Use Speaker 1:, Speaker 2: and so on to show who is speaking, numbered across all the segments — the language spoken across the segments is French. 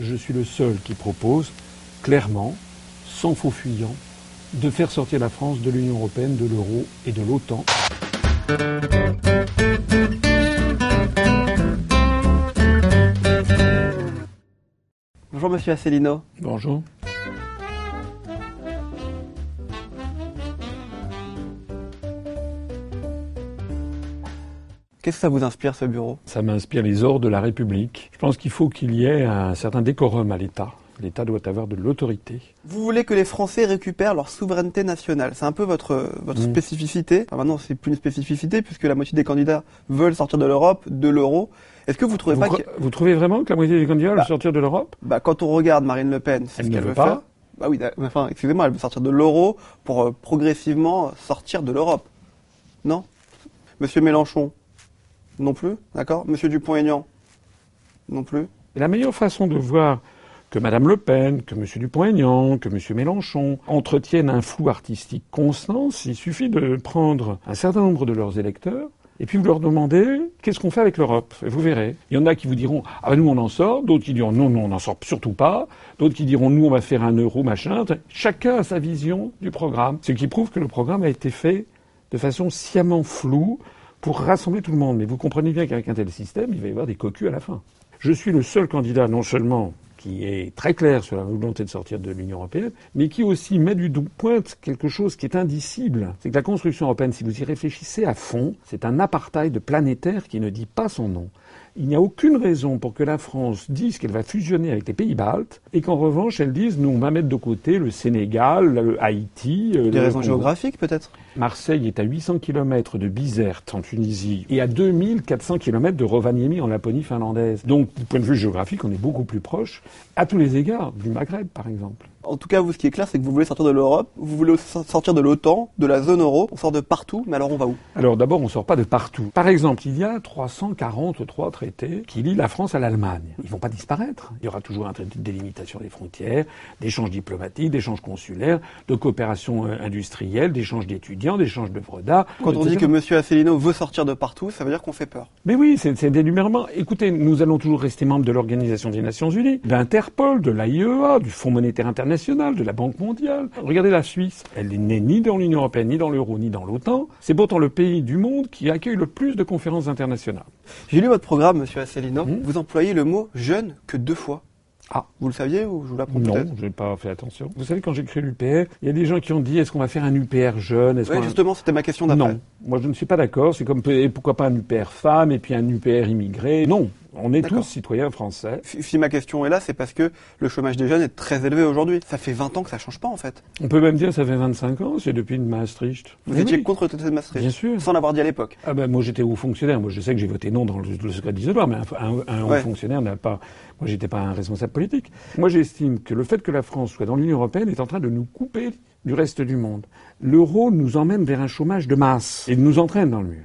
Speaker 1: je suis le seul qui propose, clairement, sans faux fuyant, de faire sortir la France de l'Union européenne, de l'euro et de l'OTAN.
Speaker 2: Bonjour Monsieur Asselineau.
Speaker 1: Bonjour.
Speaker 2: Qu'est-ce que ça vous inspire ce bureau
Speaker 1: Ça m'inspire les ors de la République. Je pense qu'il faut qu'il y ait un certain décorum à l'État. L'État doit avoir de l'autorité.
Speaker 2: Vous voulez que les Français récupèrent leur souveraineté nationale. C'est un peu votre, votre
Speaker 1: Mm.
Speaker 2: spécificité. Enfin, maintenant, c'est plus une spécificité puisque la moitié des candidats veulent sortir de l'Europe, de l'euro. Est-ce que vous trouvez
Speaker 1: Vous,
Speaker 2: pas
Speaker 1: cro-
Speaker 2: que,
Speaker 1: vous trouvez vraiment que la moitié des candidats veulent
Speaker 2: Bah.
Speaker 1: sortir de l'Europe
Speaker 2: bah, quand on regarde Marine Le Pen, c'est
Speaker 1: Elle
Speaker 2: ce
Speaker 1: ne
Speaker 2: qu'elle
Speaker 1: veut
Speaker 2: veut
Speaker 1: pas.
Speaker 2: faire. Bah oui, d'a- enfin, excusez-moi, elle veut sortir de l'euro pour euh, progressivement sortir de l'Europe. Non Monsieur Mélenchon Non plus, d'accord Monsieur Dupont-Aignan Non plus.
Speaker 1: Et la meilleure façon de voir que Madame Le Pen, que M. Dupont-Aignan, que M. Mélenchon entretiennent un flou artistique constant, il suffit de prendre un certain nombre de leurs électeurs et puis vous leur demandez qu'est-ce qu'on fait avec l'Europe. Et vous verrez. Il y en a qui vous diront ah ben nous on en sort, d'autres qui diront non non on n'en sort surtout pas, d'autres qui diront nous on va faire un euro machin. Chacun a sa vision du programme, ce qui prouve que le programme a été fait de façon sciemment floue pour rassembler tout le monde. Mais vous comprenez bien qu'avec un tel système, il va y avoir des cocus à la fin. Je suis le seul candidat, non seulement qui est très clair sur la volonté de sortir de l'Union européenne, mais qui aussi met du doux pointe quelque chose qui est indicible. C'est que la construction européenne, si vous y réfléchissez à fond, c'est un apartheid planétaire qui ne dit pas son nom. Il n'y a aucune raison pour que la France dise qu'elle va fusionner avec les pays baltes et qu'en revanche elle dise nous on va mettre de côté le Sénégal, le Haïti, euh,
Speaker 2: Des
Speaker 1: le
Speaker 2: raisons
Speaker 1: Congo.
Speaker 2: géographiques peut-être
Speaker 1: Marseille est à 800 km de Bizerte en Tunisie et à 2400 km de Rovaniemi en Laponie finlandaise. Donc, du point de vue géographique, on est beaucoup plus proche, à tous les égards, du Maghreb par exemple.
Speaker 2: En tout cas, vous, ce qui est clair, c'est que vous voulez sortir de l'Europe, vous voulez aussi so- sortir de l'OTAN, de la zone euro, on sort de partout, mais alors on va où
Speaker 1: Alors d'abord, on ne sort pas de partout. Par exemple, il y a 343 traités qui lient la France à l'Allemagne. Ils vont pas disparaître. Il y aura toujours un traité de délimitation des frontières, d'échanges diplomatiques, d'échanges consulaires, de coopération euh, industrielle, d'échanges d'étudiants, d'échanges de Vreda.
Speaker 2: Quand on dit
Speaker 1: etc.
Speaker 2: que Monsieur Asselineau veut sortir de partout, ça veut dire qu'on fait peur.
Speaker 1: Mais oui, c'est c'est des numérements. Écoutez, nous allons toujours rester membres de l'Organisation des Nations Unies, d'Interpol, de l'AIEA, du Fonds monétaire international, de la Banque mondiale. Regardez la Suisse. Elle n'est ni dans l'Union européenne, ni dans l'euro, ni dans l'OTAN. C'est pourtant le pays du monde qui accueille le plus de conférences internationales.
Speaker 2: J'ai lu votre programme, Monsieur Asselineau.
Speaker 1: Mhm.
Speaker 2: Vous employez le mot jeune que deux fois.
Speaker 1: Ah.
Speaker 2: Vous le saviez ou je vous l'apprends
Speaker 1: Non,
Speaker 2: peut-être
Speaker 1: je n'ai pas fait attention. Vous savez, quand j'ai créé l'UPR, il y a des gens qui ont dit est-ce qu'on va faire un UPR jeune est-ce
Speaker 2: Ouais,
Speaker 1: qu'on-
Speaker 2: justement, c'était ma question d'après.
Speaker 1: Non, moi je ne suis pas d'accord. C'est comme et pourquoi pas un UPR femme et puis un UPR immigré. Non, on est
Speaker 2: D'accord.
Speaker 1: tous citoyens français.
Speaker 2: Si si ma question est là, c'est parce que le chômage des jeunes est très élevé aujourd'hui. Ça fait 20 ans que ça change pas en fait.
Speaker 1: On peut même dire que ça fait 25 ans, c'est depuis Maastricht.
Speaker 2: Vous
Speaker 1: Eh
Speaker 2: étiez
Speaker 1: oui,
Speaker 2: contre le traité de Maastricht,
Speaker 1: Bien sûr.
Speaker 2: sans l'avoir dit à l'époque.
Speaker 1: Ah ben, moi j'étais haut fonctionnaire. Moi je sais que j'ai voté non dans le, le secret d'Isoloir, mais un, un- un haut
Speaker 2: Ouais.
Speaker 1: fonctionnaire n'a pas. Moi j'étais pas un responsable politique. Moi j'estime que le fait que la France soit dans l'Union européenne est en train de nous couper du reste du monde. L'euro nous emmène vers un chômage de masse et nous entraîne dans le mur.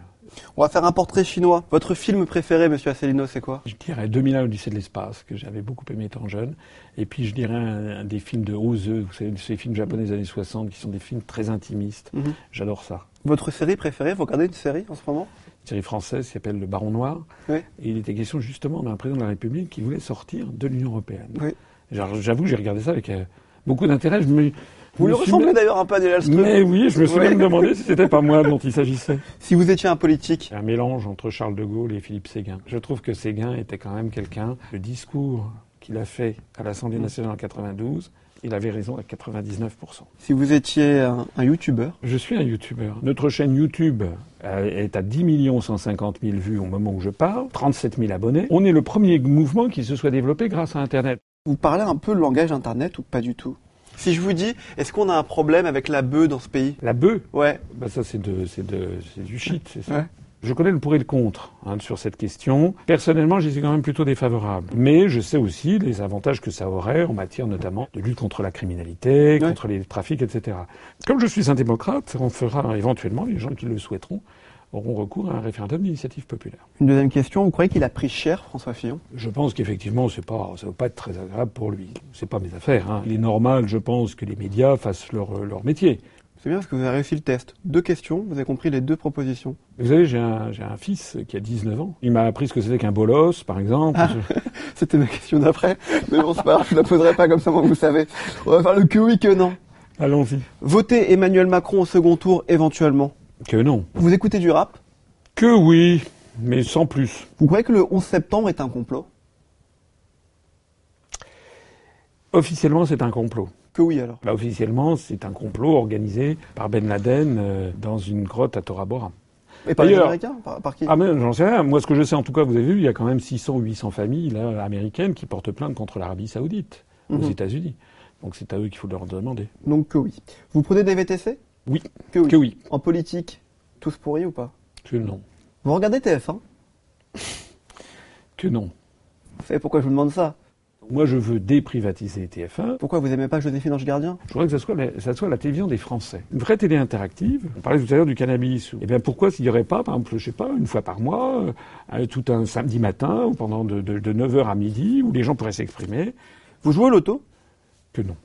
Speaker 2: On va faire un portrait chinois. Votre film préféré, Monsieur Asselineau, c'est quoi
Speaker 1: Je dirais 2001 Odyssée de l'espace, que j'avais beaucoup aimé étant jeune. Et puis je dirais un, un des films de Oze, vous savez, ces films japonais des années 60 qui sont des films très intimistes.
Speaker 2: Mhm.
Speaker 1: J'adore ça.
Speaker 2: Votre série préférée Vous regardez une série en ce moment
Speaker 1: Une série française qui s'appelle Le Baron Noir.
Speaker 2: Oui.
Speaker 1: Et il était question justement d'un président de la République qui voulait sortir de l'Union européenne.
Speaker 2: Oui.
Speaker 1: Genre, J'avoue, j'ai regardé ça avec euh, beaucoup d'intérêt. Je me, je
Speaker 2: Vous
Speaker 1: me
Speaker 2: le
Speaker 1: suis
Speaker 2: ressemblez
Speaker 1: même-
Speaker 2: d'ailleurs un peu à Nelson
Speaker 1: Mais oui, je me suis
Speaker 2: Ouais.
Speaker 1: même demandé si c'était pas moi dont il s'agissait.
Speaker 2: Si vous étiez un politique,
Speaker 1: C'est un mélange entre Charles de Gaulle et Philippe Séguin. Je trouve que Séguin était quand même quelqu'un. Le discours qu'il a fait à l'Assemblée nationale en 92, il avait raison à 99%.
Speaker 2: si vous étiez un, un youtubeur,
Speaker 1: Je suis un youtubeur. Notre chaîne YouTube euh, est à 10 150 000 vues au moment où je parle, 37 000 abonnés. On est le premier mouvement qui se soit développé grâce à Internet.
Speaker 2: vous parlez un peu le langage internet ou pas du tout Si je vous dis, est-ce qu'on a un problème avec la bœuf dans ce pays
Speaker 1: La bœuf,
Speaker 2: Ouais,
Speaker 1: bah ça c'est de, c'est de, c'est du shit, c'est ça.
Speaker 2: Ouais.
Speaker 1: Je connais le pour et le contre hein, sur cette question. Personnellement, j'y suis quand même plutôt défavorable. Mais je sais aussi les avantages que ça aurait en matière notamment de lutte contre la criminalité,
Speaker 2: Ouais.
Speaker 1: contre les trafics, etc. Comme je suis un démocrate, on fera éventuellement, les gens qui le souhaiteront, auront recours à un référendum d'initiative populaire.
Speaker 2: Une deuxième question, vous croyez qu'il a pris cher, François Fillon
Speaker 1: Je pense qu'effectivement, c'est pas, ça ne va pas être très agréable pour lui. C'est pas mes affaires. hein. Il est normal, je pense, que les médias fassent leur, euh, leur métier.
Speaker 2: C'est bien parce que vous avez réussi le test. Deux questions, vous avez compris les deux propositions.
Speaker 1: Vous savez, j'ai un, j'ai un fils qui a 19 ans. Il m'a appris ce que c'était qu'un bolos, par exemple.
Speaker 2: C'était ma question d'après, mais bon, c'est pas grave, je la poserai pas comme ça, moi, vous savez. On va faire le que oui, que non.
Speaker 1: Allons-y.
Speaker 2: Voter Emmanuel Macron au second tour, éventuellement.
Speaker 1: Que non.
Speaker 2: Vous écoutez du rap
Speaker 1: Que oui, mais sans plus.
Speaker 2: Vous croyez que le 11 septembre est un complot
Speaker 1: Officiellement, c'est un complot.
Speaker 2: Que oui, alors.
Speaker 1: Bah, officiellement, c'est un complot organisé par Ben Laden euh, dans une grotte à Tora Bora.
Speaker 2: Et par les
Speaker 1: D'ailleurs-
Speaker 2: Américains par, par qui
Speaker 1: Ah mais j'en sais rien. Moi, ce que je sais, en tout cas, vous avez vu, il y a quand même 600 ou 800 familles là, américaines qui portent plainte contre l'Arabie Saoudite aux
Speaker 2: Mhm.
Speaker 1: États-Unis. Donc c'est à eux qu'il faut leur demander.
Speaker 2: Donc que oui. Vous prenez des VTC
Speaker 1: Oui.
Speaker 2: Que oui.
Speaker 1: Que oui.
Speaker 2: En politique, tous pourris ou pas
Speaker 1: Que non.
Speaker 2: Vous regardez hein TF1
Speaker 1: Que non.
Speaker 2: Vous savez pourquoi je vous demande ça
Speaker 1: Moi, je veux déprivatiser TF1.
Speaker 2: Pourquoi vous aimez pas Joséphine Ange Gardien
Speaker 1: Je voudrais que ça soit, la, ça soit la télévision des Français. Une vraie télé interactive. On parlait tout à l'heure du cannabis. Eh bien, pourquoi s'il n'y aurait pas, par exemple, je sais pas, une fois par mois, euh, euh, tout un samedi matin, ou pendant de, de, 9h à midi, où les gens pourraient s'exprimer
Speaker 2: Vous jouez au loto
Speaker 1: que non.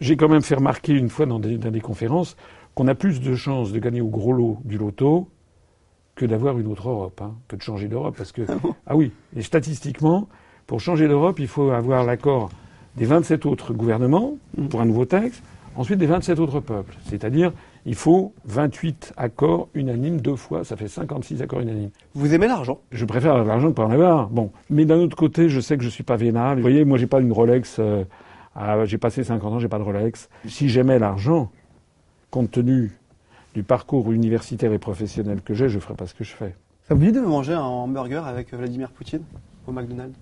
Speaker 1: J'ai quand même fait remarquer une fois dans des, dans des conférences qu'on a plus de chances de gagner au gros lot du loto que d'avoir une autre Europe, hein, que de changer d'Europe. Parce que, ah oui, et statistiquement, pour changer d'Europe, il faut avoir l'accord des 27 autres gouvernements pour un nouveau texte, ensuite des 27 autres peuples. C'est-à-dire, il faut 28 accords unanimes deux fois, ça fait 56 accords unanimes.
Speaker 2: Vous aimez l'argent
Speaker 1: Je préfère avoir de l'argent que pas en avoir. Bon, mais d'un autre côté, je sais que je suis pas vénal. Vous voyez, moi, j'ai pas une Rolex. euh, à- j'ai passé 50 ans, j'ai pas de Rolex. Si j'aimais l'argent, compte tenu du parcours universitaire et professionnel que j'ai, je ferais pas ce que je fais.
Speaker 2: Ça vous dit de manger un hamburger avec euh, Vladimir Poutine au McDonald's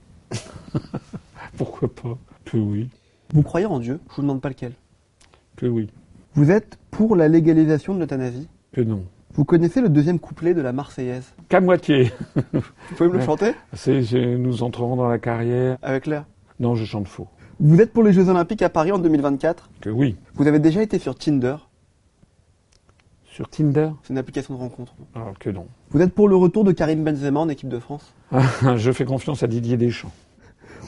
Speaker 1: Pourquoi pas Que oui,
Speaker 2: Vous croyez en Dieu Je vous demande pas lequel.
Speaker 1: que oui,
Speaker 2: Vous êtes pour la légalisation de l'euthanasie
Speaker 1: que non.
Speaker 2: Vous connaissez le deuxième couplet de la Marseillaise
Speaker 1: Qu'à moitié.
Speaker 2: Vous pouvez me le
Speaker 1: Ouais.
Speaker 2: chanter
Speaker 1: C'est, c'est- nous entrerons dans la carrière.
Speaker 2: Avec l'air.
Speaker 1: Non, je chante faux.
Speaker 2: Vous êtes pour les Jeux Olympiques à Paris en 2024
Speaker 1: Que oui.
Speaker 2: Vous avez déjà été sur Tinder
Speaker 1: Sur Tinder
Speaker 2: C'est une application de rencontre.
Speaker 1: Alors que non.
Speaker 2: Vous êtes pour le retour de Karim Benzema en équipe de France
Speaker 1: je fais confiance à Didier Deschamps.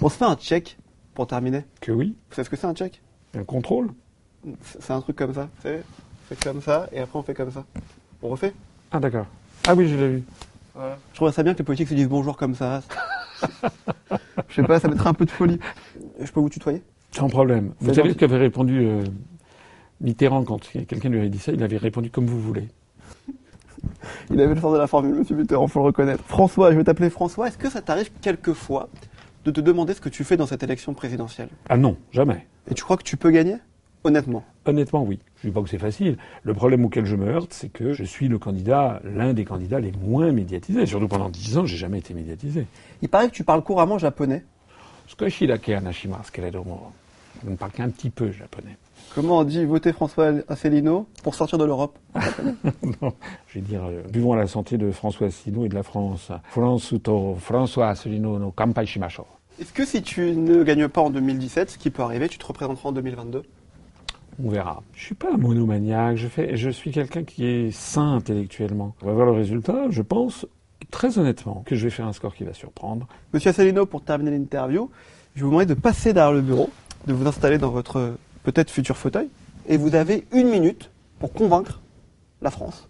Speaker 2: On se fait un check pour terminer.
Speaker 1: Que oui.
Speaker 2: Vous savez ce que c'est un check
Speaker 1: Un contrôle
Speaker 2: C'est c'est un truc comme ça. Vous savez On fait comme ça et après on fait comme ça. On refait
Speaker 1: Ah d'accord. Ah oui, je l'ai vu.
Speaker 2: Je trouverais ça bien que les politiques se disent bonjour comme ça. Je sais pas, ça mettrait un peu de folie. Je peux vous tutoyer
Speaker 1: Sans problème. Vous
Speaker 2: C'est
Speaker 1: savez
Speaker 2: gentil.
Speaker 1: ce qu'avait répondu euh, Mitterrand quand quelqu'un lui avait dit ça Il avait répondu comme vous voulez.
Speaker 2: Il avait le sens de la formule, monsieur Mitterrand, faut le reconnaître. François, je vais t'appeler François. Est-ce que ça t'arrive quelquefois de te demander ce que tu fais dans cette élection présidentielle
Speaker 1: Ah non, jamais.
Speaker 2: Et tu crois que tu peux gagner Honnêtement.
Speaker 1: Honnêtement, oui. Je ne dis pas que c'est facile. Le problème auquel je me heurte, c'est que je suis le candidat, l'un des candidats les moins médiatisés. Surtout pendant dix ans, j'ai jamais été médiatisé.
Speaker 2: Il paraît que tu parles couramment japonais.
Speaker 1: Je ne parle qu'un petit peu japonais.
Speaker 2: Comment on dit voter François Asselineau pour sortir de l'Europe
Speaker 1: Non, je vais dire, euh, buvons à la santé de François Asselineau et de la France. France to François Asselineau no kampai shimashou.
Speaker 2: Est-ce que si tu ne gagnes pas en 2017, ce qui peut arriver, tu te représenteras en 2022
Speaker 1: On verra. Je suis pas un monomaniaque. Je fais, je suis quelqu'un qui est sain intellectuellement. On va voir le résultat. Je pense très honnêtement que je vais faire un score qui va surprendre.
Speaker 2: Monsieur Asselineau, pour terminer l'interview, je vous demandais de passer derrière le bureau, de vous installer dans votre euh, peut-être futur fauteuil, et vous avez une minute pour convaincre la France.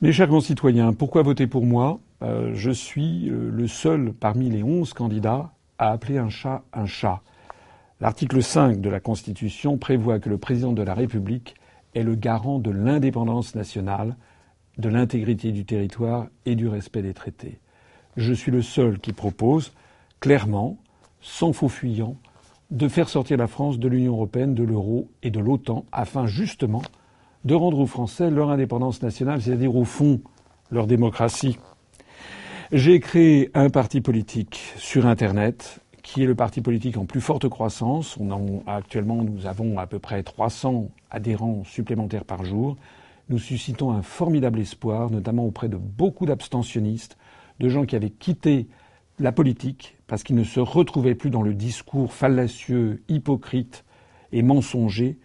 Speaker 1: Mes chers concitoyens, pourquoi voter pour moi Euh, Je suis euh, le seul parmi les 11 candidats à appeler un chat un chat. L'article 5 de la Constitution prévoit que le président de la République est le garant de l'indépendance nationale, de l'intégrité du territoire et du respect des traités. Je suis le seul qui propose, clairement, sans faux fuyant, de faire sortir la France de l'Union européenne, de l'euro et de l'OTAN, afin justement de rendre aux Français leur indépendance nationale, c'est-à-dire au fond leur démocratie. J'ai créé un parti politique sur Internet qui est le parti politique en plus forte croissance. On en- actuellement, nous avons à peu près 300 adhérents supplémentaires par jour. Nous suscitons un formidable espoir, notamment auprès de beaucoup d'abstentionnistes, de gens qui avaient quitté la politique parce qu'ils ne se retrouvaient plus dans le discours fallacieux, hypocrite et mensonger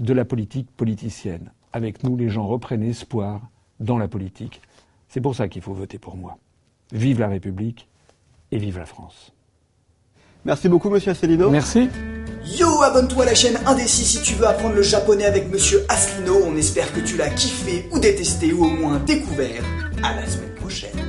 Speaker 1: de la politique politicienne. Avec nous, les gens reprennent espoir dans la politique. C'est pour ça qu'il faut voter pour moi. Vive la République et vive la France.
Speaker 2: Merci beaucoup, monsieur Asselineau.
Speaker 1: Merci.
Speaker 3: Yo, abonne-toi à la chaîne Indécis si tu veux apprendre le japonais avec Monsieur Aslino. On espère que tu l'as kiffé ou détesté ou au moins découvert. À la semaine prochaine.